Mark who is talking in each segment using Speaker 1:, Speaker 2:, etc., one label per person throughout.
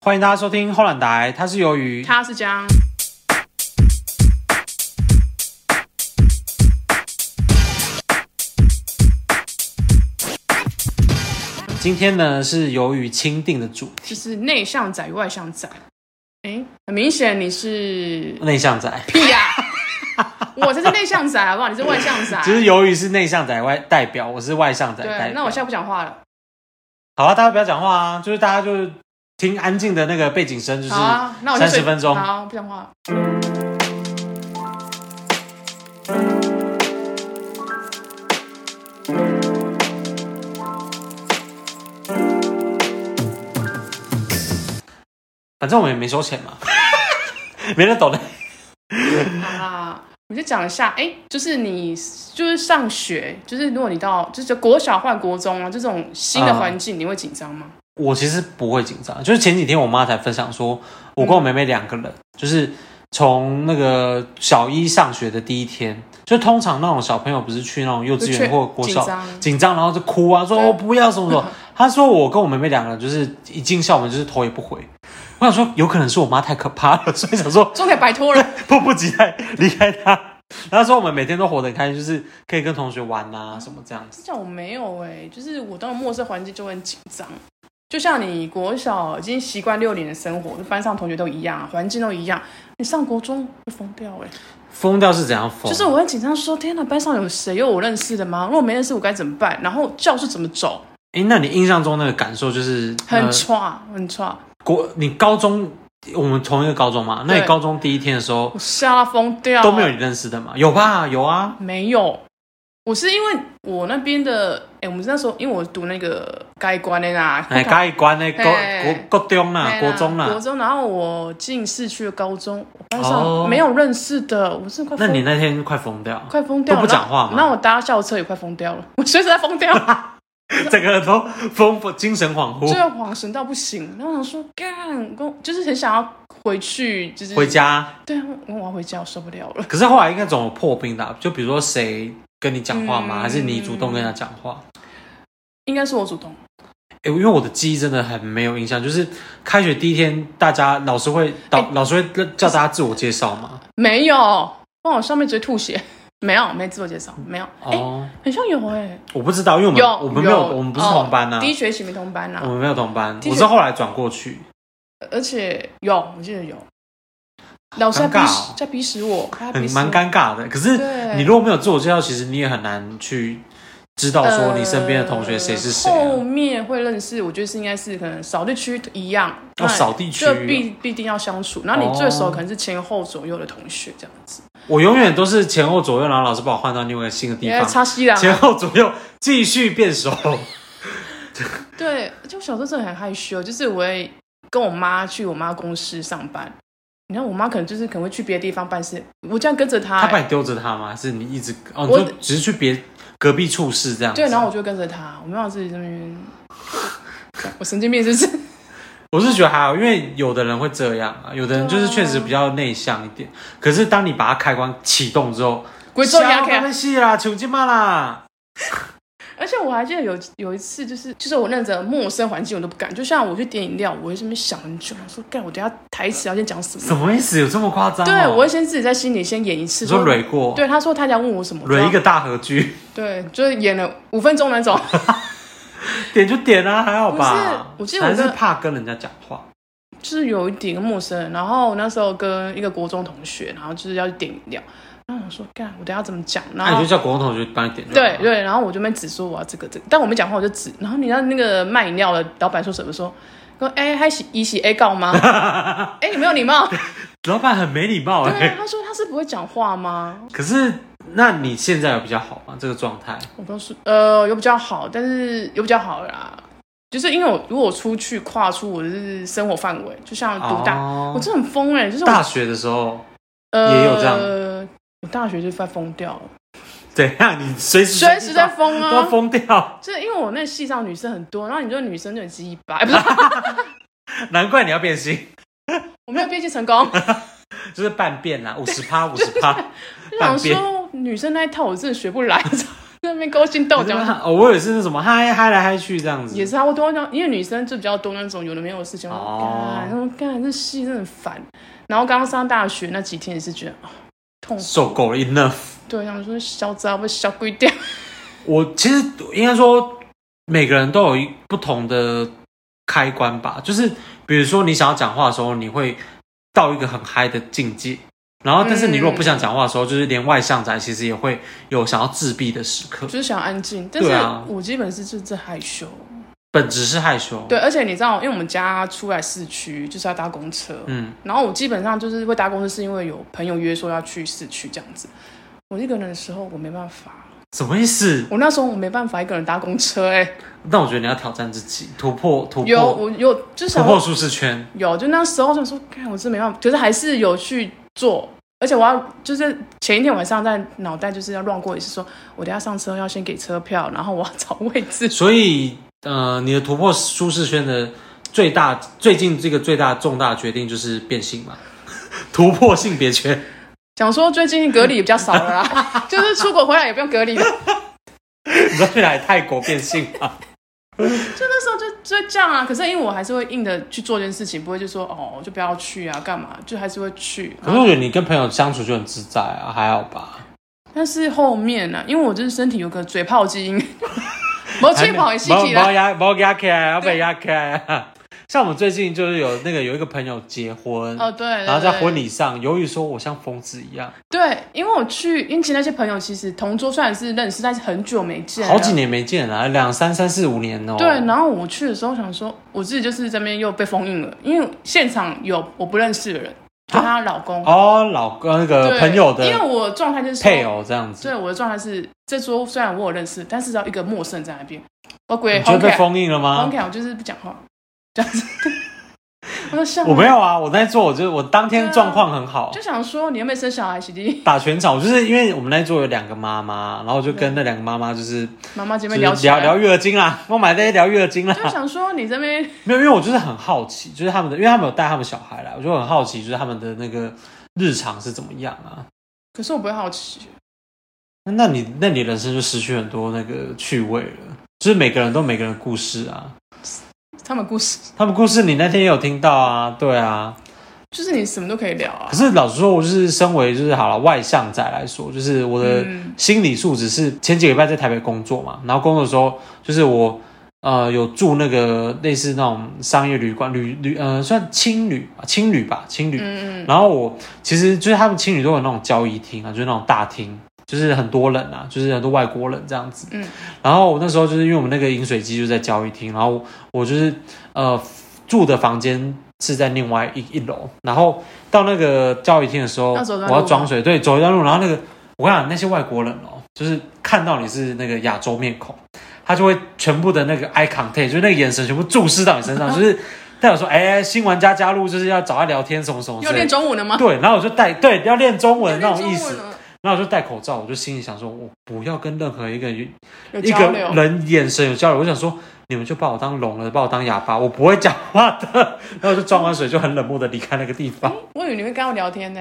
Speaker 1: 欢迎大家收听后懒台，它是由于
Speaker 2: 他是将
Speaker 1: 今天呢是由于钦定的主
Speaker 2: 就是内向仔与外向仔。哎，很明显 你是
Speaker 1: 内向仔，
Speaker 2: 屁呀、我才是内向仔，好不好？你是外向 仔。
Speaker 1: 其实由于是内向仔外代表，我是外向仔代
Speaker 2: 对，
Speaker 1: 表。
Speaker 2: 那我现在不讲话了。
Speaker 1: 好啊，大家不要讲话啊，就是大家就听安静的那个背景声，就是
Speaker 2: 好啊，那我就
Speaker 1: 30
Speaker 2: 随
Speaker 1: 分钟
Speaker 2: 好，不讲话了。
Speaker 1: 反正我们也没收钱嘛， 没人懂的。
Speaker 2: 好啦，我就讲一下，哎、就是你就是上学，就是如果你到就是国小换国中啊，这种新的
Speaker 1: 嗯
Speaker 2: 环境，你会紧张吗？
Speaker 1: 我其实不会紧张，就是前几天我妈才分享说，我跟我妹妹两个人，
Speaker 2: 嗯
Speaker 1: 就是从那个小一上学的第一天，就通常那种小朋友不是去那种幼稚
Speaker 2: 就去
Speaker 1: 园或国
Speaker 2: 紧
Speaker 1: 小
Speaker 2: 张
Speaker 1: 紧张，然后就哭啊，说
Speaker 2: 对
Speaker 1: 我不要什么什 么。她说我跟我妹妹两个人就是一进校门就是头也不回。我想说，有可能是我妈太可怕了， 所以想说
Speaker 2: 终于摆脱了。
Speaker 1: 迫不及待离开她。然后说我们每天都活得很开心，就是可以跟同学玩啊什么这样子。
Speaker 2: 这样我没有哎、就是我到陌生环境就会很紧张。就像你国小已经习惯六年的生活，就班上同学都一样啊，环境都一样，你上国中会疯掉哎、
Speaker 1: 疯掉是怎样疯？
Speaker 2: 就是我很紧张说，天哪，班上有谁有我认识的吗？如果没认识，我该怎么办？然后教室怎么走？
Speaker 1: 哎，那你印象中那个感受就是
Speaker 2: 很
Speaker 1: 呃
Speaker 2: 差、很差，
Speaker 1: 国，你高中我们同一个高中嘛？那你
Speaker 2: 对
Speaker 1: 高中第一天的时候
Speaker 2: 我吓疯掉。
Speaker 1: 都没有你认识的嘛？有吧？有啊。
Speaker 2: 没有，我是因为我那边的，哎、我们那时候因为我读那个该关的啦，
Speaker 1: 哎，
Speaker 2: 国
Speaker 1: 该关的国
Speaker 2: 嘿
Speaker 1: 国国中啦，
Speaker 2: 哎
Speaker 1: 啊国中
Speaker 2: 国
Speaker 1: 啦。
Speaker 2: 中，然后我进市区的高中，我班
Speaker 1: 哦
Speaker 2: 上没有认识的，我是快
Speaker 1: 那
Speaker 2: 疯
Speaker 1: 你那天快疯掉，
Speaker 2: 快疯掉
Speaker 1: 都
Speaker 2: 了，
Speaker 1: 不讲话吗哦
Speaker 2: 那那我搭校车也快疯掉了，我 随时在 疯掉，
Speaker 1: 整个人都疯，精神恍
Speaker 2: 就
Speaker 1: 惚。
Speaker 2: 要恍神到不行。然后我想说，干，我就是很想要回去，就是
Speaker 1: 回。家，
Speaker 2: 对啊，我我要回家，我受不了了。
Speaker 1: 可是后来应该总有破冰的啊，就比如说谁跟你讲话吗？
Speaker 2: 嗯
Speaker 1: 还是你主动跟他讲话？
Speaker 2: 应该是我主动，
Speaker 1: 哎，因为我的记忆真的很没有印象，就是开学第一天，大家老师会导
Speaker 2: 哎
Speaker 1: 老师会叫大家自我介绍嘛？
Speaker 2: 没有，哇，我上面直接吐血， 没有，没自我介绍，没有，哎、
Speaker 1: 哦，
Speaker 2: 很像有哎、
Speaker 1: 我不知道，因为我们
Speaker 2: 有，
Speaker 1: 我们没有，我们不是同班啊
Speaker 2: 哦。第一学期没同班
Speaker 1: 我
Speaker 2: 啊，
Speaker 1: 们没有同班，
Speaker 2: 的确
Speaker 1: 我是后来转过去。
Speaker 2: 而且有，我记得有。老师在
Speaker 1: 尴
Speaker 2: 逼
Speaker 1: 尬
Speaker 2: 死
Speaker 1: 哦
Speaker 2: 在逼死我，他在
Speaker 1: 很
Speaker 2: 逼死
Speaker 1: 蛮
Speaker 2: 我
Speaker 1: 尴尬的。可是
Speaker 2: 对
Speaker 1: 你如果没有自我介绍，其实你也很难去知道说你身边的同学谁是谁、
Speaker 2: 呃后
Speaker 1: 啊。
Speaker 2: 面会认识，我觉得是应该是可能扫地区一样，
Speaker 1: 哦
Speaker 2: 那
Speaker 1: 扫地区
Speaker 2: 就必必定要相处。然后你最熟
Speaker 1: 哦
Speaker 2: 可能是前后左右的同学这样子，
Speaker 1: 我永远都是前后左右，然后老师把我换到另外一个新的地
Speaker 2: 因为
Speaker 1: 方，
Speaker 2: 差哎西啊啦。
Speaker 1: 前后左右继续变 熟。
Speaker 2: 对，就小时候真的很害羞，就是我会跟我妈去我妈公司上班，你看我妈可能就是可能会去别的地方办事，我这样跟着她、
Speaker 1: 他把
Speaker 2: 欸
Speaker 1: 你丢着他吗？还是你一直哦？你
Speaker 2: 我
Speaker 1: 就只是去别隔壁处室这样子？
Speaker 2: 对，然后我就会跟着她，我没有自己这边， 我神经病是 不是？
Speaker 1: 我是觉得还好，因为有的人会这样啊，有的人就是确实比较内向一点。可是当你把它开关启动之后，
Speaker 2: 鬼嗯做啊牙
Speaker 1: 开
Speaker 2: 看。
Speaker 1: 关戏啦，求金嘛啦。
Speaker 2: 而且我还记得有有一次，就是就是我那种陌生环境我都不敢，就像我去点饮料，我会这边想很久，我说干，我等一下台词要先讲什么？
Speaker 1: 什么意思？有这么夸张、哦？
Speaker 2: 对，我会先自己在心里先演一次。
Speaker 1: 你说蕊过，
Speaker 2: 对，他说他想问我什么？
Speaker 1: 蕊一
Speaker 2: 我
Speaker 1: 个大合剧，
Speaker 2: 就要，对，就是演了五分钟那种。
Speaker 1: 点就点啊，还好吧？
Speaker 2: 不是我记得我
Speaker 1: 还
Speaker 2: 跟
Speaker 1: 是怕跟人家讲话，
Speaker 2: 就是有一点陌生人，然后那时候跟一个国中同学，然后就是要去点饮料，然后我说干，我等一下怎么讲？然
Speaker 1: 那你
Speaker 2: 后
Speaker 1: 就叫国中同学帮你点就好
Speaker 2: 对
Speaker 1: 了。
Speaker 2: 对，然后我就没指说我要这个这个，但我没讲话我就指，然后你让那个卖饮料的老板说什么说，说哎还是一起 A 告吗？哎你没有礼貌，
Speaker 1: 老板很没礼貌哎、
Speaker 2: 对啊，他说他是不会讲话吗？
Speaker 1: 可是，那你现在有比较好吗？这个状态？
Speaker 2: 我告诉呃有比较好，但是有比较好了啦，就是因为我如果我出去跨出我的生活范围，就像读大，
Speaker 1: 哦
Speaker 2: 我真的很疯哎、就是我
Speaker 1: 大学的时候，
Speaker 2: 呃
Speaker 1: 也有这样
Speaker 2: 我大学就快疯掉了，
Speaker 1: 怎样？你随时
Speaker 2: 随时在疯
Speaker 1: 都要
Speaker 2: 啊，
Speaker 1: 疯掉，
Speaker 2: 就是因为我那系上女生很多，然后你这女生就很鸡巴，哎不是，
Speaker 1: 难怪你要变心，
Speaker 2: 我没有编辑成功。
Speaker 1: 就是半变啦，五十趴，五十趴，
Speaker 2: 就
Speaker 1: 半
Speaker 2: 想
Speaker 1: 边
Speaker 2: 说女生那一套我真的学不来， 在那边勾心斗
Speaker 1: 我
Speaker 2: 角，
Speaker 1: 哦，我也是那什么嗨嗨来嗨去这样子，
Speaker 2: 也是啊，我都会这样，因为女生就比较多那种有的没有的事情，我
Speaker 1: 哦
Speaker 2: 干，然后干这戏真的很烦。然后刚上大学那几天也是觉得 啊，痛，
Speaker 1: 受够了 enough。
Speaker 2: 对，想说小子啊，不小鬼 掉，
Speaker 1: 我其实应该说，每个人都有一不同的开关吧。就是比如说，你想要讲话的时候，你会到一个很嗨的境界，然后但是你如果不想讲话的时候，就是连外向仔其实也会有想要自闭的时刻
Speaker 2: 就，是想安静。但是
Speaker 1: 对啊
Speaker 2: 我基本是就是害羞，
Speaker 1: 本质是害羞。，
Speaker 2: 对，而且你知道，因为我们家出来市区就是要搭公车，
Speaker 1: 嗯，
Speaker 2: 然后我基本上就是会搭公车，是因为有朋友约说要去市区这样子。我一个人的时候，我没办法，
Speaker 1: 什么意思？
Speaker 2: 我那时候我没办法一个人搭公车、欸，
Speaker 1: 那我觉得你要挑战自己，突破突
Speaker 2: 有
Speaker 1: 破
Speaker 2: 我有就是
Speaker 1: 突
Speaker 2: 想
Speaker 1: 破舒适圈。
Speaker 2: 有，就那时候就说，看我真没办法，可是还是有去做。而且我要就是前一天晚上在脑袋就是要乱过一次，说我等一下上车要先给车票，然后我要找位置。
Speaker 1: 所以，呃，你的突破舒适圈的最大最近这个最大重大决定就是变性嘛， 突破性别圈。
Speaker 2: 想说最近隔离比较少了啦， 就是出国回来也不用隔离了。
Speaker 1: 你知道去哪里泰国变性吗？
Speaker 2: 就那时候就就这样啊。可是因为我还是会硬的去做这件事情，不会就说哦就不要去啊干嘛，就还是会去。
Speaker 1: 可是我觉得你跟朋友相处就很自在啊，还好吧？
Speaker 2: 但是后面呢、啊，因为我就是身体有个嘴炮基因， 我气跑也吸
Speaker 1: 不
Speaker 2: 起啊
Speaker 1: 要
Speaker 2: 来。
Speaker 1: 压，不要压起来，啊要被压起来啊。 像我们最近就是有那个有一个朋友结婚，
Speaker 2: 哦，对，对
Speaker 1: 然后在
Speaker 2: 对
Speaker 1: 婚礼上，由于说我像疯子一样，
Speaker 2: 对，因为我去，因为其实那些朋友其实同桌虽然是认识，但是很久没见，
Speaker 1: 好几。年没见了，两三三四五年哦。
Speaker 2: 对，然后我去的时候想说，我自己就是这边又被封印了，因为现场有我不认识的人，就她老公，
Speaker 1: 啊哦，老哥那个
Speaker 2: 对
Speaker 1: 朋友
Speaker 2: 因为
Speaker 1: 的
Speaker 2: 我状态就是说
Speaker 1: 配偶这样子，
Speaker 2: 对，我的状态是这桌虽然我有认识，但是只要一个陌生人在那边，我鬼
Speaker 1: 你觉得
Speaker 2: 红
Speaker 1: 被
Speaker 2: 凯
Speaker 1: 封印了啊
Speaker 2: 红
Speaker 1: 吗？
Speaker 2: 凯，我就是不讲话，这样子。我就笑，
Speaker 1: 我没，有啊，我在做，我就我当天
Speaker 2: 对啊
Speaker 1: 状况很好，
Speaker 2: 就想说你有没有生小孩，喜弟
Speaker 1: 打全场，就是因为我们那一桌有两个妈妈，然后我就跟那两个妈妈就是
Speaker 2: 妈妈姐
Speaker 1: 就
Speaker 2: 妹
Speaker 1: 是
Speaker 2: 聊
Speaker 1: 聊
Speaker 2: 起来，
Speaker 1: 聊月经啦，我买这些聊月经啦。
Speaker 2: 就想说你这边
Speaker 1: 没有，因为我就是很好奇，就是他们的，因为他们有带他们小孩来，我就很好奇，就是他们的那个日常是怎么样啊？
Speaker 2: 可是我不会好奇，
Speaker 1: 那那你那你人生就失去很多那个趣味了，就是每个人都有每个人的故事啊，
Speaker 2: 他们故事
Speaker 1: 他们故事你那天也有听到啊，对啊。
Speaker 2: 就是你什么都可以聊啊
Speaker 1: 可。是老实说，我就是身为就是好了外向仔来说，就是我的
Speaker 2: 嗯
Speaker 1: 心理素质是前几个礼拜在台北工作嘛，然后工作的时候就是我呃有住那个类似那种商业旅馆旅旅呃算青旅啊青旅吧青旅，
Speaker 2: 嗯嗯，
Speaker 1: 然后我其实就是他们青旅都有那种交易厅啊，就是那种大厅，就是很多人啊，就是很多外国人这样子。
Speaker 2: 嗯，
Speaker 1: 然后我那时候就是因为我们那个饮水机就在交易厅，然后我我就是呃住的房间是在另外一一楼，然后到那个交易厅的时候，
Speaker 2: 要走一段
Speaker 1: 我要
Speaker 2: 路吗
Speaker 1: 装水，对，走一段路，然后那个我跟你讲那些外国人哦，就是看到你是那个亚洲面孔，他就会全部的那个 eye contact，就是那个眼神全部注视到你 身上，就是。代表说，哎、新玩家加入就是要找他聊天，什么什么之
Speaker 2: 要
Speaker 1: 类的
Speaker 2: 练。中文了吗？
Speaker 1: 对，然后我就戴对要练中文那
Speaker 2: 要练
Speaker 1: 种
Speaker 2: 中
Speaker 1: 意
Speaker 2: 文
Speaker 1: 思，
Speaker 2: 哦啊了
Speaker 1: 然后我就戴口罩，我就心里想说，我不要跟任何一个一
Speaker 2: 有
Speaker 1: 个
Speaker 2: 交流。
Speaker 1: 人眼神有交流，我想说你们就把我当聋了，把我当哑巴，我不会讲话的。 然后我就装完水就很冷漠的离开那个地方，
Speaker 2: 我以为你会跟我聊天呢、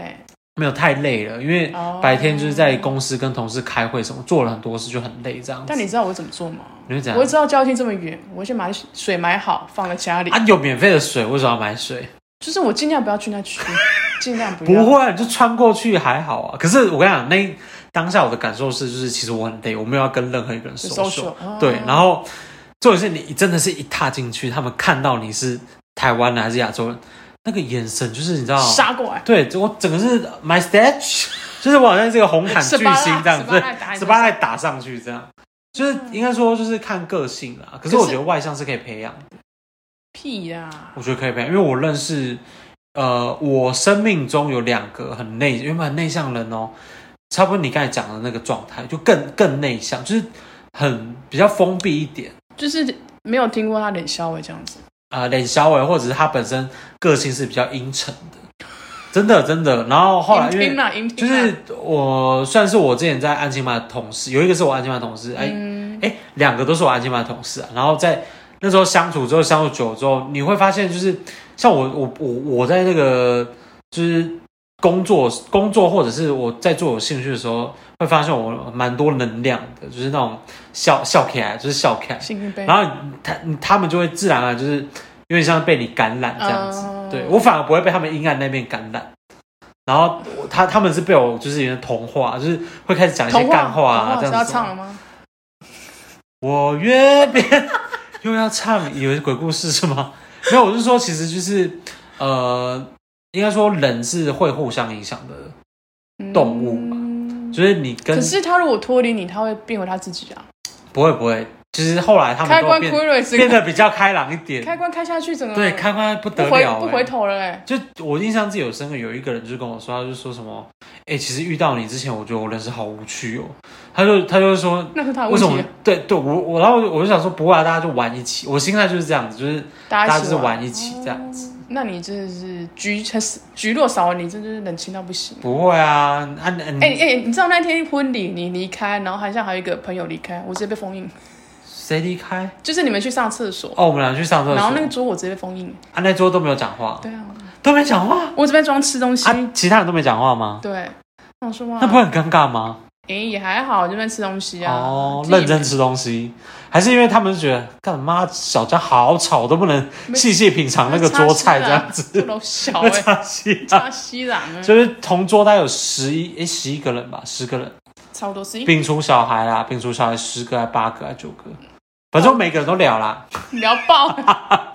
Speaker 1: 没有太累了，因为
Speaker 2: 哦
Speaker 1: 白天就是在公司跟同事开会什么，做了很多事就很累这样子。
Speaker 2: 但你知道我怎么做吗？
Speaker 1: 你会怎
Speaker 2: 我
Speaker 1: 样？
Speaker 2: 知道交厅这么远，我先把水买好放在家里，
Speaker 1: 啊，有免费的水，为什么要买水？
Speaker 2: 就是我尽量不要去那区， 尽量不要。
Speaker 1: 不会啊，你就穿过去还好啊。可是我跟你讲，那当下我的感受是，就是其实我很累，我没有要跟任何一个人
Speaker 2: 就
Speaker 1: 收手。
Speaker 2: social，哦
Speaker 1: 对，然后重点是你真的是一踏进去，他们看到你是台湾人还是亚洲人，那个眼神就是你知道，
Speaker 2: 杀过来，
Speaker 1: 对我整个是 my stage，就是 我好像是个红毯巨星这样
Speaker 2: 十八
Speaker 1: 子
Speaker 2: 赖打，你
Speaker 1: 十八赖打上去这样，就是应该说就是看个性啦。可是
Speaker 2: 嗯可是
Speaker 1: 我觉得外向是可以培养的，
Speaker 2: 屁呀、
Speaker 1: 我觉得可以培养，因为我认识。呃，我生命中有两个很内，原本很内向的人哦，差不多你刚才讲的那个状态，就更更内向，就是很比较封闭一点。
Speaker 2: 就是没有听过他脸笑微这样子，
Speaker 1: 呃脸小伟，或者是他本身个性是比较阴沉的，真的真的。然后后来因
Speaker 2: 音听
Speaker 1: 为
Speaker 2: 啦，音
Speaker 1: 就
Speaker 2: 听啦，
Speaker 1: 是我算是我之前在安亲班的同事，有一个是我安亲班的同事，哎
Speaker 2: 嗯，
Speaker 1: 哎，两个都是我安亲班的同事啊。然后在那时候相处之后，相处久了之后，你会发现就是像我我我我在那个就是工作工作或者是我在做我兴趣的时候，会发现我蛮多能量的，就是那种笑笑起来，就是笑起来。
Speaker 2: 幸运杯
Speaker 1: 然，后他他们就会自然而然就是有点像被你感染这样子。
Speaker 2: 嗯
Speaker 1: 对我反而不会被他们阴暗那面感染。然后我他他们是被我就是有点同化，就是会开始讲一些
Speaker 2: 童话
Speaker 1: 干话啊
Speaker 2: 童
Speaker 1: 这
Speaker 2: 是要
Speaker 1: 样子。
Speaker 2: 唱了吗？
Speaker 1: 我约别又要唱，以为是鬼故事是吗？ 没有，我是说，其实就是呃，应该说人是会互相影响的，动物嘛
Speaker 2: 嗯
Speaker 1: 就是你跟
Speaker 2: 可是他如果脱离你，他会变回他自己啊。
Speaker 1: 不会不会，其实后来他们
Speaker 2: 开
Speaker 1: 都
Speaker 2: 关
Speaker 1: 变
Speaker 2: 亏了，整
Speaker 1: 变
Speaker 2: 个
Speaker 1: 得比较开朗一点，
Speaker 2: 开关开下去，整个
Speaker 1: 对，开关不
Speaker 2: 不
Speaker 1: 得
Speaker 2: 回
Speaker 1: 了、
Speaker 2: 不
Speaker 1: 欸
Speaker 2: 回头了哎。
Speaker 1: 就我印象自己有深刻，有一个人就跟我说，他就说什么，哎、其实遇到你之前，我觉得我人生好无趣哦。他就他就说，
Speaker 2: 那是他的
Speaker 1: 为
Speaker 2: 问
Speaker 1: 什
Speaker 2: 题
Speaker 1: 么
Speaker 2: 啊，？
Speaker 1: 对对，我我然后我就想说，不会啊，大家就玩一起。我心态就是这样子，就是
Speaker 2: 大
Speaker 1: 大
Speaker 2: 家
Speaker 1: 家
Speaker 2: 一
Speaker 1: 就
Speaker 2: 起
Speaker 1: 是玩一
Speaker 2: 哦
Speaker 1: 起这样子。
Speaker 2: 那你真的是橘橘落少，你真的是冷清到不行。
Speaker 1: 不会啊，啊你
Speaker 2: 哎
Speaker 1: 你
Speaker 2: 哎、你知道那天婚礼你离开，然后好像还有一个朋友离开，我直接被封印，
Speaker 1: 谁离开？
Speaker 2: 就是你们去上厕所，
Speaker 1: 哦，我们俩去上厕所，
Speaker 2: 然后那个桌我直接被封印。
Speaker 1: 啊那桌都没有讲话，
Speaker 2: 对啊，
Speaker 1: 都没讲话
Speaker 2: 我只被装吃东西。
Speaker 1: 啊，其他人都没讲话吗？
Speaker 2: 对，啊那我说哇，
Speaker 1: 啊那不会很尴尬吗？
Speaker 2: 哎、也还好，这边吃东西啊。
Speaker 1: 哦，
Speaker 2: 自己
Speaker 1: 认真吃东西，还是因为他们觉得干妈小家好吵，都不能
Speaker 2: 没
Speaker 1: 细细品尝那个桌菜这样
Speaker 2: 啊 这
Speaker 1: 子，
Speaker 2: 都小
Speaker 1: 会
Speaker 2: 哎、欸，
Speaker 1: 差戏啊。
Speaker 2: 差 西朗啊，
Speaker 1: 就是同桌大概有十一诶十一个人吧，十个人，
Speaker 2: 超多事。
Speaker 1: 摒除小孩啦，摒除小孩十个还啊八个还九个，反正每个人都聊啦，
Speaker 2: 聊爆，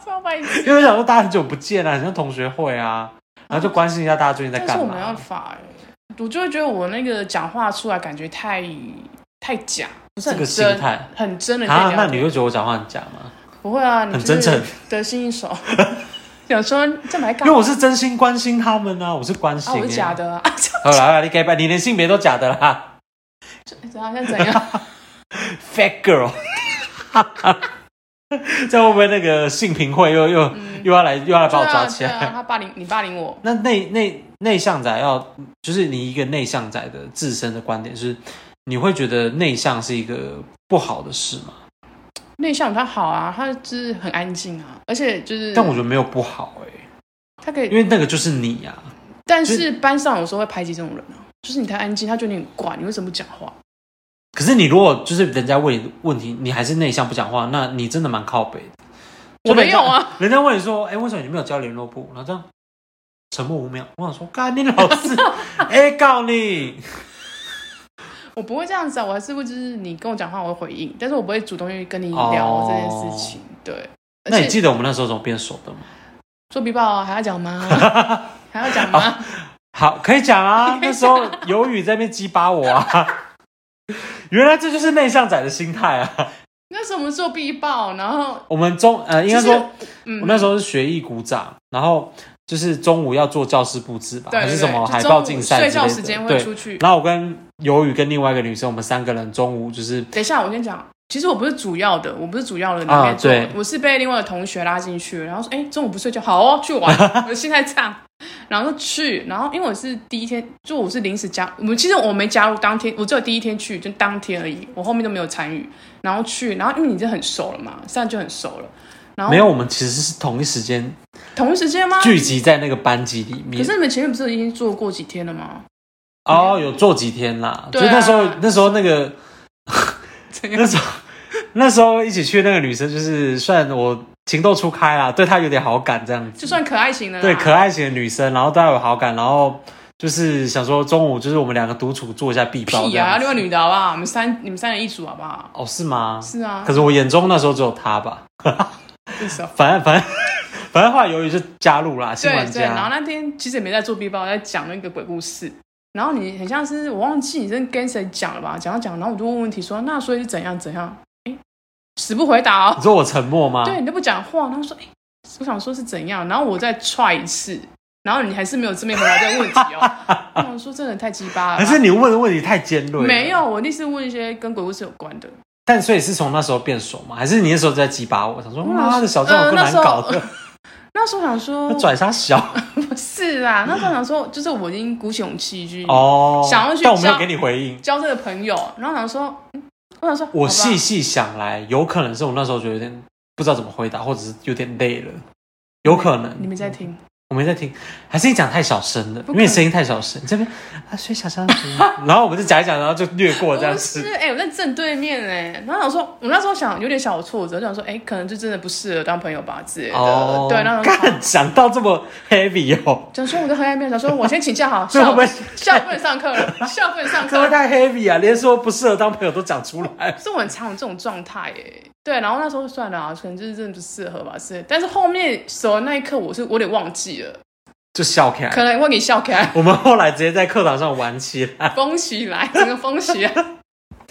Speaker 2: 超白痴。
Speaker 1: 因为我想说大家很久不见啦，很像同学会啊，然后就关心一下大家最近在
Speaker 2: 但是
Speaker 1: 干
Speaker 2: 我没办
Speaker 1: 嘛。
Speaker 2: 法哎、我就会觉得我那个讲话出来感觉太太假，不是
Speaker 1: 这
Speaker 2: 很
Speaker 1: 个心
Speaker 2: 真，
Speaker 1: 态
Speaker 2: 很真的在
Speaker 1: 啊，那
Speaker 2: 聊
Speaker 1: 你
Speaker 2: 天。
Speaker 1: 会觉得我讲话很假吗？
Speaker 2: 不会啊，你
Speaker 1: 很
Speaker 2: 就是
Speaker 1: 真诚，
Speaker 2: 得心应手。想说这买 干
Speaker 1: 因为我是真心关心他们啊，我是关心、
Speaker 2: 啊，
Speaker 1: 欸。
Speaker 2: 我是假的啊，
Speaker 1: 好啦，好啦，你改吧，你连性别都假的啦。
Speaker 2: 怎样像怎样？
Speaker 1: Fat girl，这样会不会那个性平会又又、又要来又 要来把我抓起来？
Speaker 2: 嗯对啊对啊他霸凌你霸凌我，
Speaker 1: 那内内内向仔要就是你一个内向仔的自身的观点是，你会觉得内向是一个不好的事吗？
Speaker 2: 内向他好啊，他就是很安静啊，而且就是，
Speaker 1: 但我觉得没有不好哎、
Speaker 2: 他可以
Speaker 1: 因为那个就是你呀、啊。
Speaker 2: 但
Speaker 1: 就是
Speaker 2: 班上有时候会排挤这种人啊，就是你太安静，他觉得你很怪，你为什么不讲话？
Speaker 1: 可是你如果就是人家问你问题，你还是内向不讲话，那你真的蛮靠北的。
Speaker 2: 我没有啊，
Speaker 1: 人家问你说，哎、为什么你没有交联络簿？然后这样沉默五秒，我想说，干你老 师，哎、告你。
Speaker 2: 我不会这样子啊，我还是会就是你跟我讲话，我会回应，但是我不会主动去跟你聊这件事情。对，
Speaker 1: 哦那
Speaker 2: 而
Speaker 1: 你
Speaker 2: 且
Speaker 1: 记得我们那时候怎么变熟的吗？
Speaker 2: 做必报啊还要 讲吗？还要讲吗？
Speaker 1: 好，可以讲啊。 那时候有雨在那边激巴我啊， 原来这就是内向仔的心态啊。
Speaker 2: 那时候我们做必报，然后
Speaker 1: 我们中呃，应该说、
Speaker 2: 嗯
Speaker 1: 我那时候是学艺鼓掌，然后就是中午要做教室布置吧，
Speaker 2: 对对对
Speaker 1: 还是什么
Speaker 2: 就
Speaker 1: 海
Speaker 2: 中午
Speaker 1: 报竞赛
Speaker 2: 睡
Speaker 1: 之类
Speaker 2: 觉
Speaker 1: 的。
Speaker 2: 时间会
Speaker 1: 对
Speaker 2: 出去
Speaker 1: 然后我跟有雨跟另外一个女生，我们三个人中午就是
Speaker 2: 等一下，我先讲。其实我不是主要的，我不是主要的那边做，
Speaker 1: 啊对
Speaker 2: 我是被另外的同学拉进去，然后说：“哎、中午不睡觉，好哦，去 玩。”我的心态这样，然后就去，然后因为我是第一天，就我是临时加，我们其实我没加入当天，我只有第一天去，就当天而已，我后面都没有参与。然后去，然后因为你这很熟了嘛，现在就很熟了。然后
Speaker 1: 没有，我们其实是同一时间
Speaker 2: 同一时间吗？
Speaker 1: 聚集在那个班级里
Speaker 2: 可
Speaker 1: 面
Speaker 2: 是。你们前面不是已经做过几天了吗？
Speaker 1: 哦，有做几天啦，
Speaker 2: 对
Speaker 1: 就
Speaker 2: 啊
Speaker 1: 那时候那时候那个
Speaker 2: 怎
Speaker 1: 那
Speaker 2: 样？
Speaker 1: 时候 那时候一起去那个女生，就是算我情窦初开啊啦，对她有点好感这样子。
Speaker 2: 就算可爱型的啦，
Speaker 1: 对可爱型的女生，然后对她有好感，然后就是想说中午就是我们两个独处做一下必报这
Speaker 2: 屁啊！
Speaker 1: 样
Speaker 2: 另外
Speaker 1: 子。
Speaker 2: 女的好不好？我们三你们三人一组好不好？
Speaker 1: 哦，是吗？
Speaker 2: 是啊，
Speaker 1: 可是我眼中那时候只有她吧，
Speaker 2: 为什么？
Speaker 1: 反正反正反正后来由于就加入啦，新
Speaker 2: 对
Speaker 1: 玩
Speaker 2: 对，然后
Speaker 1: 家。
Speaker 2: 那天其实也没在做 B 包，在讲那个鬼故事。然后你很像是我忘记你是跟谁讲了吧？讲到讲，然后我就问问题说，那所以是怎样怎样？哎，死不回答
Speaker 1: 你
Speaker 2: 哦，
Speaker 1: 说我沉默吗？
Speaker 2: 对你都不讲话。然后说，哎，我想说是怎样，然后我再踹一次，然后你还是没有正面回答这个问 题哦。我想说真的太鸡巴了
Speaker 1: 还
Speaker 2: 吧，
Speaker 1: 是你问的问题太尖锐？
Speaker 2: 没。有？我那是问一些跟鬼故事有关的。
Speaker 1: 但所以是从那时候变熟吗？还是你那时候在鸡巴我？想说妈的小郑有
Speaker 2: 呃
Speaker 1: 够
Speaker 2: 那
Speaker 1: 难
Speaker 2: 时候
Speaker 1: 搞 的，
Speaker 2: 那时候想说
Speaker 1: 那，拽啥小？
Speaker 2: 不是啦，那时候想说，就是我已经鼓起勇气去
Speaker 1: 哦，
Speaker 2: 嗯想要去
Speaker 1: 但我没有
Speaker 2: 交
Speaker 1: 给你回应。
Speaker 2: 交这个朋友，然后想说，嗯我想说，
Speaker 1: 我
Speaker 2: 好吧
Speaker 1: 细细想来，有可能是我那时候觉得有点不知道怎么回答，或者是有点累了，有可能。
Speaker 2: 嗯你没在听，
Speaker 1: 我没在听，还是你讲太小声了，
Speaker 2: 不
Speaker 1: 因
Speaker 2: 可
Speaker 1: 为声音太小声，你这边啊所以小声，嗯然后我们就讲一讲，然后就略过这样
Speaker 2: 不
Speaker 1: 子
Speaker 2: 是，。哎、我在正对面哎、然后想说，我那时候想有点小挫折，就想说，哎、可能就真的不适合当朋友吧之类的。哦对，然后想说
Speaker 1: 哦干讲到这么 heavy 哦，
Speaker 2: 想说我在黑暗面，想说我先请 假好，
Speaker 1: 所以会
Speaker 2: 下
Speaker 1: 不
Speaker 2: 午
Speaker 1: 会
Speaker 2: 下午不能上课 了，下午不能上
Speaker 1: 这会
Speaker 2: 课。
Speaker 1: 太 heavy 啊，连说不适合当朋友都讲出来。
Speaker 2: 是我很常有这种状态哎。对，然后那时候就算了、啊，可能就是真的不适合吧之类的。但是后面熟的那一刻，我是我有点忘记了，
Speaker 1: 就笑开。
Speaker 2: 可能为你笑开。
Speaker 1: 我们后来直接在课堂上玩起来，
Speaker 2: 封起来，整个封起来。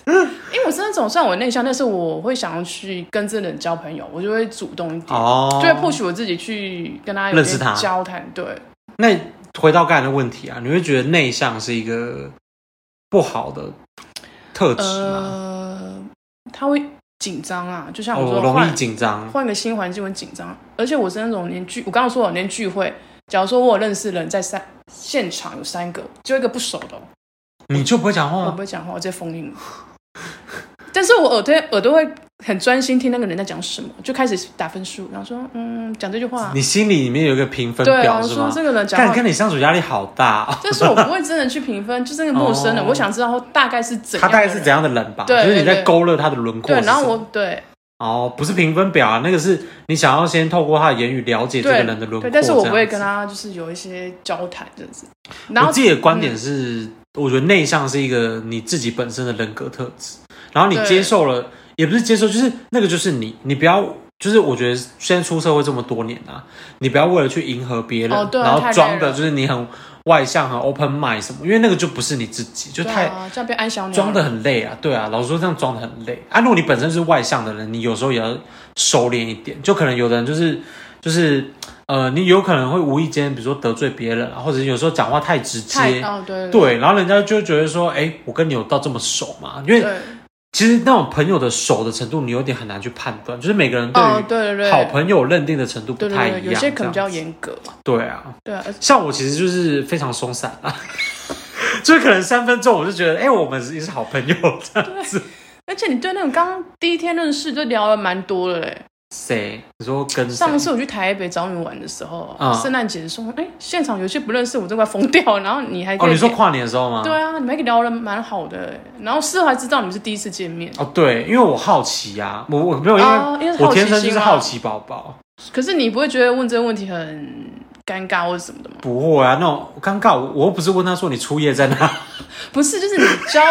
Speaker 2: 因为我是那种虽然我内向，但是我会想要去跟这人交朋友，我就会主动一点，
Speaker 1: 哦
Speaker 2: 就会迫许我自己去跟他有
Speaker 1: 认识
Speaker 2: 些
Speaker 1: 他
Speaker 2: 交谈。对，
Speaker 1: 那回到刚才的问题啊，你会觉得内向是一个不好的特质吗？
Speaker 2: 呃，他会紧张啊，就像
Speaker 1: 哦
Speaker 2: 我
Speaker 1: 我
Speaker 2: 说，
Speaker 1: 容易
Speaker 2: 换
Speaker 1: 紧张，
Speaker 2: 换个新环境会紧张，啊而且我是那种连聚，我刚刚说我连聚会，假如说我有认识人在三现场有三个，就一个不熟的哦、
Speaker 1: 你就不会讲哦
Speaker 2: 我
Speaker 1: 话
Speaker 2: 不？会讲话，我直接封印了。但是我耳朵耳朵会很专心听那个人在讲什么，就开始打分数，然后说嗯，讲这句话，
Speaker 1: 你心里里面有一个评分
Speaker 2: 对啊，
Speaker 1: 表
Speaker 2: 我
Speaker 1: 是
Speaker 2: 说
Speaker 1: 吗？
Speaker 2: 这个人讲
Speaker 1: 但
Speaker 2: 话
Speaker 1: 跟，你相处压力好大、哦，
Speaker 2: 但是我不会真的去评分，就是那个陌生人，
Speaker 1: 哦
Speaker 2: 我想知道大概是怎
Speaker 1: 他
Speaker 2: 样，
Speaker 1: 大概是怎。样的人吧？
Speaker 2: 对
Speaker 1: 就是你在
Speaker 2: 对对
Speaker 1: 勾勒他的轮廓
Speaker 2: 对
Speaker 1: 是，什
Speaker 2: 然
Speaker 1: 么。
Speaker 2: 后我对
Speaker 1: 哦，不是评分表啊，那个是你想要先透过他的言语了解这个
Speaker 2: 对
Speaker 1: 人的轮廓。
Speaker 2: 对，但是我不会
Speaker 1: 这
Speaker 2: 跟
Speaker 1: 样子。
Speaker 2: 他就是有一些交谈这样子。然后嗯
Speaker 1: 我自己的观点是，我觉得内向是一个你自己本身的人格特质，然后你
Speaker 2: 对
Speaker 1: 接受了，也不是接受，就是那个就是你，你不要。就是我觉得现在出社会这么多年啊，你不要为了去迎合别人，
Speaker 2: 哦对啊
Speaker 1: 然后
Speaker 2: 太累
Speaker 1: 装的
Speaker 2: 了
Speaker 1: 就是你很外向、很 open mind 什么，因为那个就不是你自己，就
Speaker 2: 对
Speaker 1: 太、
Speaker 2: 啊，这样被安小鸟
Speaker 1: 装的很累啊，对啊，老实说这样装的很累啊。如果你本身是外向的人，你有时候也要收敛一点，就可能有的人就是就是呃，你有可能会无意间比如说得罪别人啊，或者有时候讲话太直
Speaker 2: 太
Speaker 1: 接，
Speaker 2: 哦对
Speaker 1: 对，然后人家就会觉得说，哎、我跟你有到这么熟吗？因为
Speaker 2: 对
Speaker 1: 其实那种朋友的熟的程度，你有点很难去判断，就是每个人对
Speaker 2: 哦
Speaker 1: 于
Speaker 2: 对对对，
Speaker 1: 好朋友认定的程度不
Speaker 2: 对对
Speaker 1: 太一
Speaker 2: 对，
Speaker 1: 样，
Speaker 2: 有些可能比
Speaker 1: 这样
Speaker 2: 较严格嘛，
Speaker 1: 对啊。
Speaker 2: 对啊，而且
Speaker 1: 像我其实就是非常松散啊， 就是可能三分钟我就觉得，哎、我们也是好朋友这样子。
Speaker 2: 而且你对那种刚第一天认识就聊了蛮多的嘞。
Speaker 1: 谁？你说跟谁？
Speaker 2: 上次我去台北找你玩的时候
Speaker 1: 嗯，
Speaker 2: 圣诞节的时候，哎、现场有些不认识我，都快疯掉了。然后你还
Speaker 1: 哦，
Speaker 2: 可以、
Speaker 1: 你说跨年的时候吗？
Speaker 2: 对。啊，你们还聊得蛮好的。欸然后事后还知道你们是第一次见面，
Speaker 1: 哦，对，因为我好奇呀、我我没有，因
Speaker 2: 哦因为
Speaker 1: 为
Speaker 2: 是
Speaker 1: 我
Speaker 2: 好奇心啊
Speaker 1: 天生就是好奇宝宝，
Speaker 2: 可是你不会觉得问这个问题很尴尬或者什么的吗？
Speaker 1: 不会啊，那种尴尬，我我又不是问他说你初夜在哪，
Speaker 2: 不是，就是你交，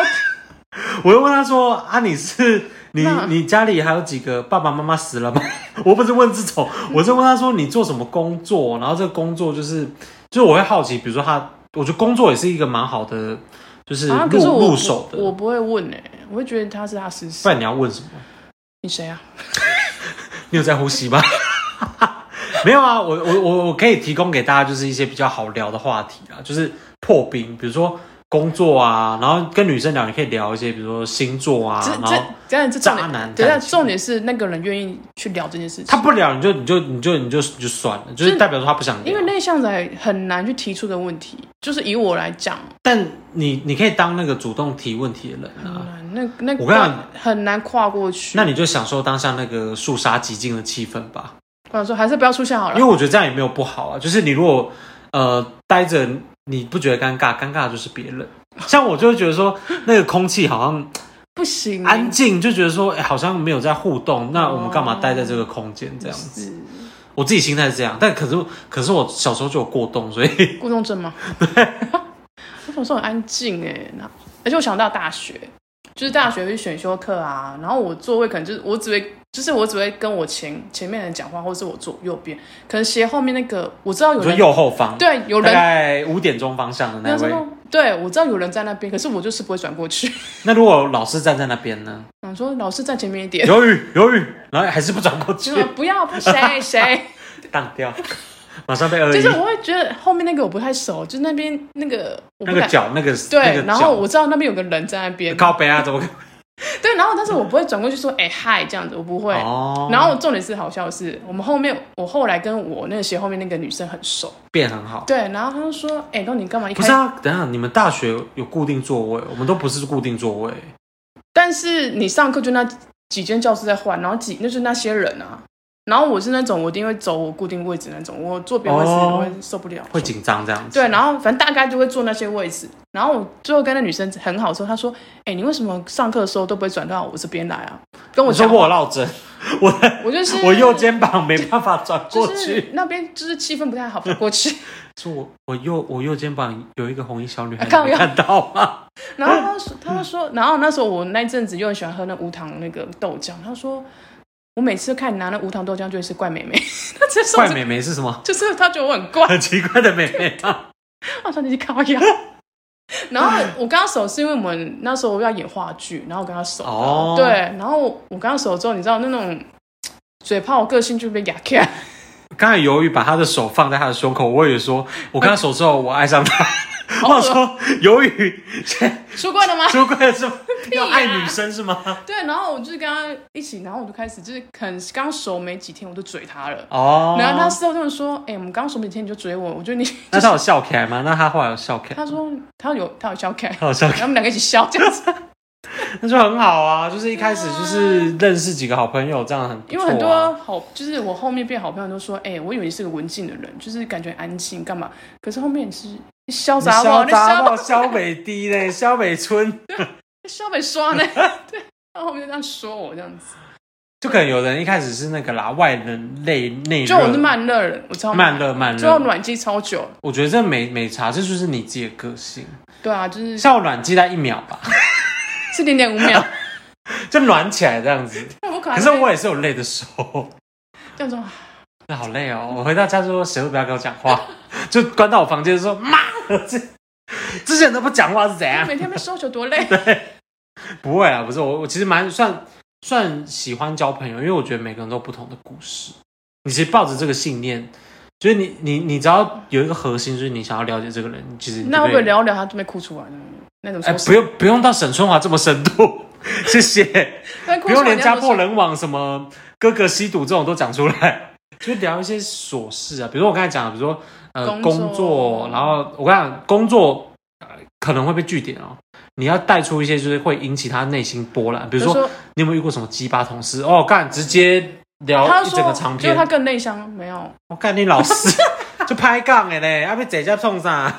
Speaker 1: 我又问他说啊，你是你
Speaker 2: 那
Speaker 1: 你家里还有几个爸爸妈妈死了吗？ 我不是问这种，我是问他说你做什么工作，然后这个工作就是就是我会好奇，比如说他，我觉得工作也是一个蛮好的，就是入、
Speaker 2: 啊，可是我
Speaker 1: 入手的
Speaker 2: 我，我不会问哎、我会觉得他是他私
Speaker 1: 不
Speaker 2: 事。
Speaker 1: 然你要问什么？
Speaker 2: 你谁啊？
Speaker 1: 你有在呼吸吗？ 没有啊，我我我我可以提供给大家就是一些比较好聊的话题啦，就是破冰，比如说工作啊，然后跟女生聊，你可以聊一些比如说星座啊
Speaker 2: 这，
Speaker 1: 然后
Speaker 2: 这这样这重
Speaker 1: 渣男
Speaker 2: 点，等一下
Speaker 1: 感情
Speaker 2: 重点是那个人愿意去聊这件事情。
Speaker 1: 他不聊你就你就你就你就你就算了，就是代表说他不想聊
Speaker 2: 因为内向仔很难去提出个问题，就是以我来讲，
Speaker 1: 但你你可以当那个主动提问题的人
Speaker 2: 很
Speaker 1: 啊，
Speaker 2: 难，嗯那那
Speaker 1: 我跟你讲
Speaker 2: 很难跨过去。
Speaker 1: 那你就享受当下那个肃杀寂静的气氛吧。
Speaker 2: 我想说还是不要出现好
Speaker 1: 因为
Speaker 2: 了。
Speaker 1: 我觉得这样也没有不好啊，就是你如果呃待着，你不觉得尴尬，尴尬的就是别人。像我就会觉得说，那个空气好像
Speaker 2: 不行，
Speaker 1: 安静，就觉得说，哎、好像没有在互动，那我们干嘛
Speaker 2: 哦
Speaker 1: 待在这个空间这样子？
Speaker 2: 是
Speaker 1: 我自己心态是这样，但可是可是我小时候就有过动，所以
Speaker 2: 过动症吗？ 我想说很安静哎、那而且我想到大学，就是大学去选修课啊，然后我座位可能就是我只会，就是我只会跟我前前面的人讲话，或是我坐右边，可能斜后面那个我知道有
Speaker 1: 我说
Speaker 2: 人
Speaker 1: 右后方，
Speaker 2: 对有
Speaker 1: 大
Speaker 2: 人。
Speaker 1: 概五点钟方向的
Speaker 2: 那
Speaker 1: 那
Speaker 2: 时
Speaker 1: 位。
Speaker 2: 候对，我知道有人在那边，可是我就是不会转过去。
Speaker 1: 那如果老师站在那边呢？
Speaker 2: 想说老师站前面一点，
Speaker 1: 犹豫犹豫，然后还是不转过去
Speaker 2: 就，是 不要不谁谁，
Speaker 1: 荡掉，马上被恶
Speaker 2: 就
Speaker 1: 意
Speaker 2: 是。我会觉得后面那个我不太熟，就是那边那个
Speaker 1: 那
Speaker 2: 我不
Speaker 1: 个
Speaker 2: 敢。
Speaker 1: 脚，那个那
Speaker 2: 对
Speaker 1: 个，
Speaker 2: 然后
Speaker 1: 脚
Speaker 2: 我知道那边有个人在那边，
Speaker 1: 靠背啊，怎么可
Speaker 2: 对，然后但是我不会转过去说，哎、嗨这样子，我不会。
Speaker 1: 哦，
Speaker 2: 然后重点是好笑的是，我们后面我后来跟我那个斜后面那个女生很熟，
Speaker 1: 变很好。
Speaker 2: 对，然后她就说，哎、那你干嘛一
Speaker 1: 不
Speaker 2: 开
Speaker 1: 是
Speaker 2: 始？
Speaker 1: 啊，等一下你们大学有固定座位，我们都不是固定座位。
Speaker 2: 但是你上课就那几间教室在换，然后几那就是那些人啊，然后我是那种我一定会走我固定位置那种，我坐别位置
Speaker 1: 哦
Speaker 2: 我会受不了。
Speaker 1: 会紧张这样子。
Speaker 2: 对，然后反正大概就会坐那些位置。然后我最后跟那女生很好说，她说：“哎、你为什么上课的时候都不会转到我这边来啊？”跟我
Speaker 1: 我说
Speaker 2: 讲
Speaker 1: 我有落 枕，我的
Speaker 2: 我就是
Speaker 1: 我右肩膀没办法转 过
Speaker 2: 就
Speaker 1: 去，
Speaker 2: 是那边就是气氛不太 好，转过去。
Speaker 1: 说我我右我右肩膀有一个红衣小女孩，
Speaker 2: 啊靠
Speaker 1: 你没看到 吗？
Speaker 2: 然后他说，他就说， 然后那时候我那一阵子又很喜欢喝那无糖那个豆浆，他说我每次看你拿那无糖豆浆，就是怪妹妹， 他直接说
Speaker 1: 怪
Speaker 2: 我是，
Speaker 1: 妹妹是什么？
Speaker 2: 就是他觉得我很怪，
Speaker 1: 很奇怪的妹妹啊！
Speaker 2: 他说你是高压。 然后我跟他熟是因为我们那时候要演话剧，然后我跟他熟，
Speaker 1: 哦，
Speaker 2: 对，，然后我跟他熟之后，你知道那种嘴炮，我个性就被压 开，
Speaker 1: 刚才由于把她的手放在她的胸口，我以为说我跟她手之后我爱上 她，
Speaker 2: 哦
Speaker 1: 我想说由于
Speaker 2: 出柜了吗？
Speaker 1: 出柜了是吗要
Speaker 2: 呀
Speaker 1: 爱女生是吗？
Speaker 2: 对，然后我就是跟他一起，然后我就开始就是很刚熟没几天，我就嘴他了。
Speaker 1: 哦，
Speaker 2: 然后他事后跟我说：“哎、我们刚熟没几天你就追我，我觉得 你
Speaker 1: 那她有笑起来吗？那她后来有笑起来？
Speaker 2: 他说他有他有 笑开，
Speaker 1: 她有笑起
Speaker 2: 然后我们两个一起笑这 样子，
Speaker 1: 来，那就很好啊。就是一开始就是认识几个好朋友，这样很不错啊
Speaker 2: 因为很多好就是我后面变好朋友都说，哎、我以为你是个文静的人，就是感觉安静干嘛，可是后面你是你潇洒
Speaker 1: 你
Speaker 2: 我，
Speaker 1: 潇洒
Speaker 2: 潇
Speaker 1: 到萧北低嘞，萧北村。
Speaker 2: 潇被 刷呢，对，然后后面就这样说我这样子，
Speaker 1: 就可能有人一开始是那个啦，外冷内内热，
Speaker 2: 就我是慢热人，我超
Speaker 1: 慢，热慢
Speaker 2: 最后
Speaker 1: 热。
Speaker 2: 暖机超久，
Speaker 1: 我觉得这没没差，这就是你自己的个性。
Speaker 2: 对啊，就是
Speaker 1: 像我暖机在一秒吧，
Speaker 2: 是零点五秒，
Speaker 1: 就暖起来这样子。
Speaker 2: 我可能
Speaker 1: 可是我也是哎有累的时候，
Speaker 2: 这样说，
Speaker 1: 那好累哦。我回到家之后，谁都不要跟我讲话，就关到我房间说妈，这这些人都不讲话是怎
Speaker 2: 哎
Speaker 1: 样？
Speaker 2: 每天被收球多 累，
Speaker 1: 不会啊啦，不是我，我其实蛮算算喜欢交朋友，因为我觉得每个人都有不同的故事。你其实抱着这个信念，就是你你你只要有一个核心，就是你想要了解这个人，其实你就
Speaker 2: 那会不
Speaker 1: 可
Speaker 2: 会
Speaker 1: 以
Speaker 2: 聊一聊他就被哭出来呢？那种
Speaker 1: 哎、
Speaker 2: 说
Speaker 1: 不用不用到沈春华这么深度，谢 谢，
Speaker 2: 那哭
Speaker 1: 不
Speaker 2: 出来
Speaker 1: 用连家破
Speaker 2: 人家
Speaker 1: 人亡、什么哥哥吸毒这种都讲出来，就聊一些琐事啊，比如说我刚才讲的，比如说呃
Speaker 2: 工
Speaker 1: 工
Speaker 2: 作
Speaker 1: 作，然后我跟你讲工作、呃可能会被据点哦，你要带出一些就是会引起他内心波澜，比
Speaker 2: 就
Speaker 1: 如说你有没有遇过什么鸡巴同事？哦，干直接
Speaker 2: 他
Speaker 1: 聊一
Speaker 2: 就
Speaker 1: 整个
Speaker 2: 说
Speaker 1: 长
Speaker 2: 就是
Speaker 1: 篇
Speaker 2: 他，更内向，没有。
Speaker 1: 我干、你老 师就拍杠的嘞，要啊被姐姐冲上。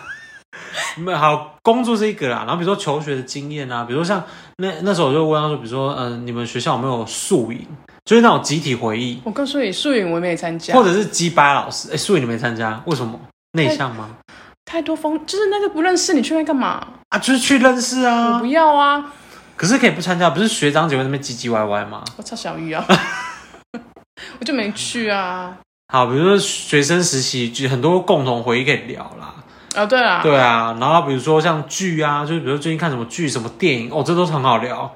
Speaker 1: 没有好，工作是一个啦，然后比如说求学的经验啊，比如说像那那时候我就问他说，比如说嗯、呃你们学校有没有宿营，就是那种集体回忆，
Speaker 2: 我告诉你，素影我也没参加，
Speaker 1: 或者是鸡巴老师？哎、宿营你没参加，为什么？内向吗？
Speaker 2: 哎太多风，就是那个不认识你去那干嘛？
Speaker 1: 啊，就是去认识
Speaker 2: 我
Speaker 1: 啊
Speaker 2: 不，要啊！
Speaker 1: 可是可以不参加，不是学长姐会在那边唧唧歪歪吗？
Speaker 2: 我操小 鱼啊！我就没去啊！
Speaker 1: 好，比如说学生实习，就很多共同回忆可以聊啦。
Speaker 2: 哦，对啦，
Speaker 1: 对啊，然后比如说像剧啊，就是比如说最近看什么剧、什么电影，哦，这都是很好聊。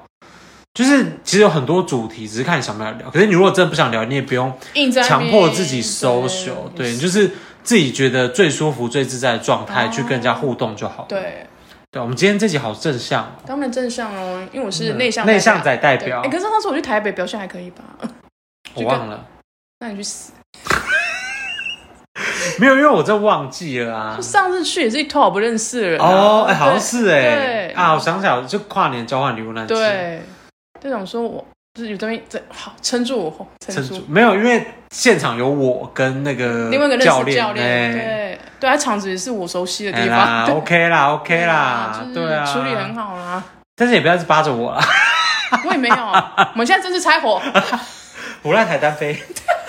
Speaker 1: 就是其实有很多主题，只是看你想不想聊。可是你如果真的不想聊，你也不用
Speaker 2: 硬在那
Speaker 1: 强
Speaker 2: 边
Speaker 1: 迫自己 social，对，你就是自己觉得最舒服、最自在的状态、
Speaker 2: 哦
Speaker 1: 去跟人家互动就好。
Speaker 2: 对，
Speaker 1: 对，我们今天这集好正向哦，
Speaker 2: 当然正向哦，因为我是内向
Speaker 1: 嗯内向仔
Speaker 2: 代
Speaker 1: 代
Speaker 2: 表。
Speaker 1: 表
Speaker 2: 哎，，可是那时候我去台北表现还可以吧？
Speaker 1: 我忘了，
Speaker 2: 那你去死！
Speaker 1: 嗯没有，因为我真的忘记了啊
Speaker 2: 我。上次去也是一头好不认识的人啊
Speaker 1: 哦，哎，好像
Speaker 2: 对
Speaker 1: 是哎
Speaker 2: 对，
Speaker 1: 啊，我想起来了，就跨年交换礼物那集。
Speaker 2: 对，队长说我就是有这边这好撑住我，撑
Speaker 1: 撑住
Speaker 2: 住。
Speaker 1: 没有，因为现场有我跟那个
Speaker 2: 另外一个认
Speaker 1: 呃教
Speaker 2: 识
Speaker 1: 练，
Speaker 2: 教练，
Speaker 1: 哎
Speaker 2: 对对，他场子也是我熟悉的
Speaker 1: 哎
Speaker 2: 地
Speaker 1: 啦
Speaker 2: 方，对
Speaker 1: ，OK 啦，OK
Speaker 2: 就
Speaker 1: 啦，
Speaker 2: 是
Speaker 1: 对啊，
Speaker 2: 处理很好啦。
Speaker 1: 但是也不要一直扒着我啦，
Speaker 2: 我也没有，啊 我们现在正式拆伙，
Speaker 1: 胡乱台单飞，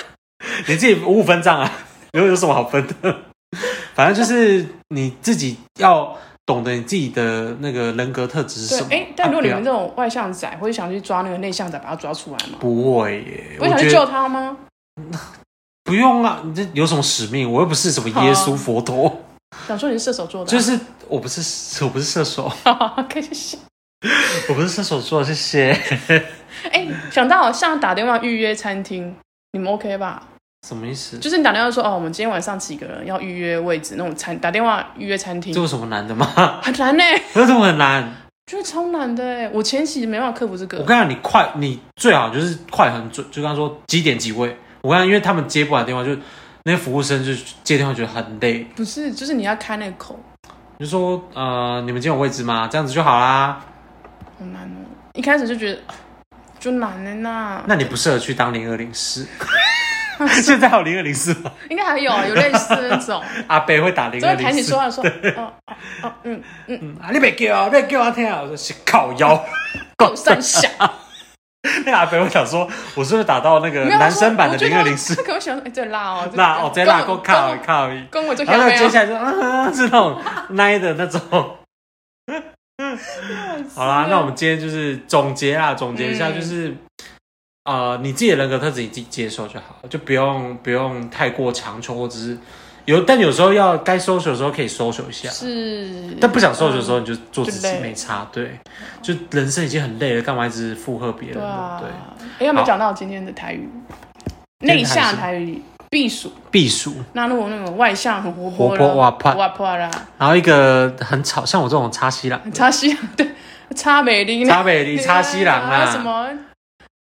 Speaker 1: 你自己五五分账啊，有有什么好分的？ 反正就是你自己要懂得你自己的那个人格特质是
Speaker 2: 对
Speaker 1: 什，么。
Speaker 2: 哎，但如果你们
Speaker 1: 啊
Speaker 2: 这种外向仔会想去抓那个内向仔，把他抓出来吗？
Speaker 1: 不要不会耶，
Speaker 2: 我
Speaker 1: 我
Speaker 2: 想去
Speaker 1: 觉
Speaker 2: 救
Speaker 1: 得
Speaker 2: 他吗？
Speaker 1: 不用啊，你这有什么使命？我又不是什么耶稣
Speaker 2: 好
Speaker 1: 佛陀，
Speaker 2: 想说你是射手座的啊，
Speaker 1: 就是我不是我不是射手，
Speaker 2: 可以谢谢。
Speaker 1: 我不是射手座，谢谢。
Speaker 2: 哎，想到像打电话预约餐厅，你们 OK 吧？
Speaker 1: 什么意思？
Speaker 2: 就是你打电话说哦，我们今天晚上几个人要预约位置，那种餐打电话预约餐厅
Speaker 1: 这有什么难的吗？
Speaker 2: 很难呢、欸
Speaker 1: 有什么很难？
Speaker 2: 觉得超难的哎、我前期没办法克服这
Speaker 1: 我
Speaker 2: 个，
Speaker 1: 跟你讲，你快，你最好就是快很准，就跟他说几点几位。我跟你讲，因为他们接不来电话，就是那些服务生就接电话觉得很累，
Speaker 2: 不是，就是你要开那个口，
Speaker 1: 你就说呃，你们今天有位置吗？这样子就好啦。
Speaker 2: 好难哦、一开始就觉得啊就难了那，
Speaker 1: 那你不适合去当零二零师，现在有零二零四吗？
Speaker 2: 应该还有啊，有类似的那 种，
Speaker 1: 阿北会打零
Speaker 2: 只
Speaker 1: 二
Speaker 2: 会
Speaker 1: 零
Speaker 2: 弹起
Speaker 1: 四
Speaker 2: 说。话说，哦哦哦，嗯嗯，
Speaker 1: 嗯啊，你别叫啊，别叫我听啊！ 我说是靠腰，
Speaker 2: 够三 下。
Speaker 1: 呃那个阿北会想说，我是不是打到那个
Speaker 2: 没有
Speaker 1: 男生版的
Speaker 2: 我觉
Speaker 1: 零
Speaker 2: 得
Speaker 1: 二
Speaker 2: 他
Speaker 1: 零四
Speaker 2: 他？可能想说，哎，这辣哦，
Speaker 1: 那哦，这拉够靠
Speaker 2: 跟我
Speaker 1: 靠。
Speaker 2: 跟我就
Speaker 1: 然后接
Speaker 2: 来
Speaker 1: 下来就嗯，是那种奶的那种。好啦，那我们今天就是总结啊，总结一下，
Speaker 2: 啊嗯
Speaker 1: 就是、呃，你自己的人格特质你自己接受就好，就不用不用太过强求，或者是有，但有时候要该 social 的时候可以 social 一下，
Speaker 2: 是，嗯
Speaker 1: 但不想 social 的时候你就做自己
Speaker 2: 就，累
Speaker 1: 没差，对，就人生已经很累了，干嘛一直附和别人
Speaker 2: 对
Speaker 1: 呢？
Speaker 2: 啊
Speaker 1: 对，。
Speaker 2: 哎，有没
Speaker 1: 好
Speaker 2: 有讲到今天的台语？
Speaker 1: 天
Speaker 2: 内
Speaker 1: 台
Speaker 2: 向
Speaker 1: 是
Speaker 2: 台语避暑，
Speaker 1: 避暑，
Speaker 2: 那如果那种外向很活
Speaker 1: 活
Speaker 2: 泼
Speaker 1: 泼
Speaker 2: 啦
Speaker 1: 哇啪
Speaker 2: 哇泼啦，
Speaker 1: 然后一个很吵，像我这种插西郎，
Speaker 2: 差西对，差美玲，
Speaker 1: 插北离插西郎
Speaker 2: 还有什
Speaker 1: 啊，
Speaker 2: 么？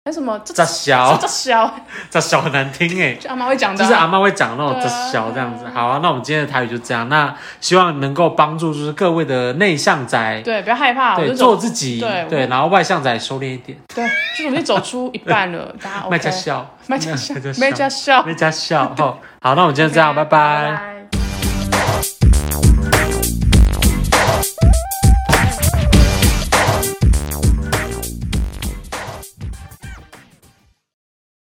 Speaker 2: 还有什么？这
Speaker 1: 这
Speaker 2: 这
Speaker 1: 小
Speaker 2: 这小，
Speaker 1: 这小很难听哎。
Speaker 2: 就阿妈会讲的
Speaker 1: 就
Speaker 2: 啊，
Speaker 1: 是阿妈会讲那种
Speaker 2: 对
Speaker 1: 这
Speaker 2: 啊
Speaker 1: 小这样子，好啊，那我们今天的台语就这样，那希望能够帮助就是各位的内向仔，
Speaker 2: 对，不要害怕，我
Speaker 1: 对，
Speaker 2: 就
Speaker 1: 做
Speaker 2: 走，
Speaker 1: 自己，
Speaker 2: 对我
Speaker 1: 对，然后外向仔收敛一点，
Speaker 2: 对，就是我们就走出一半了，大家 OK，
Speaker 1: 卖家笑，
Speaker 2: 麦家笑，
Speaker 1: 麦家
Speaker 2: 麦家
Speaker 1: 笑哦
Speaker 2: 笑，
Speaker 1: 卖家笑，好，好，那我们今天这样，拜拜。
Speaker 2: 拜。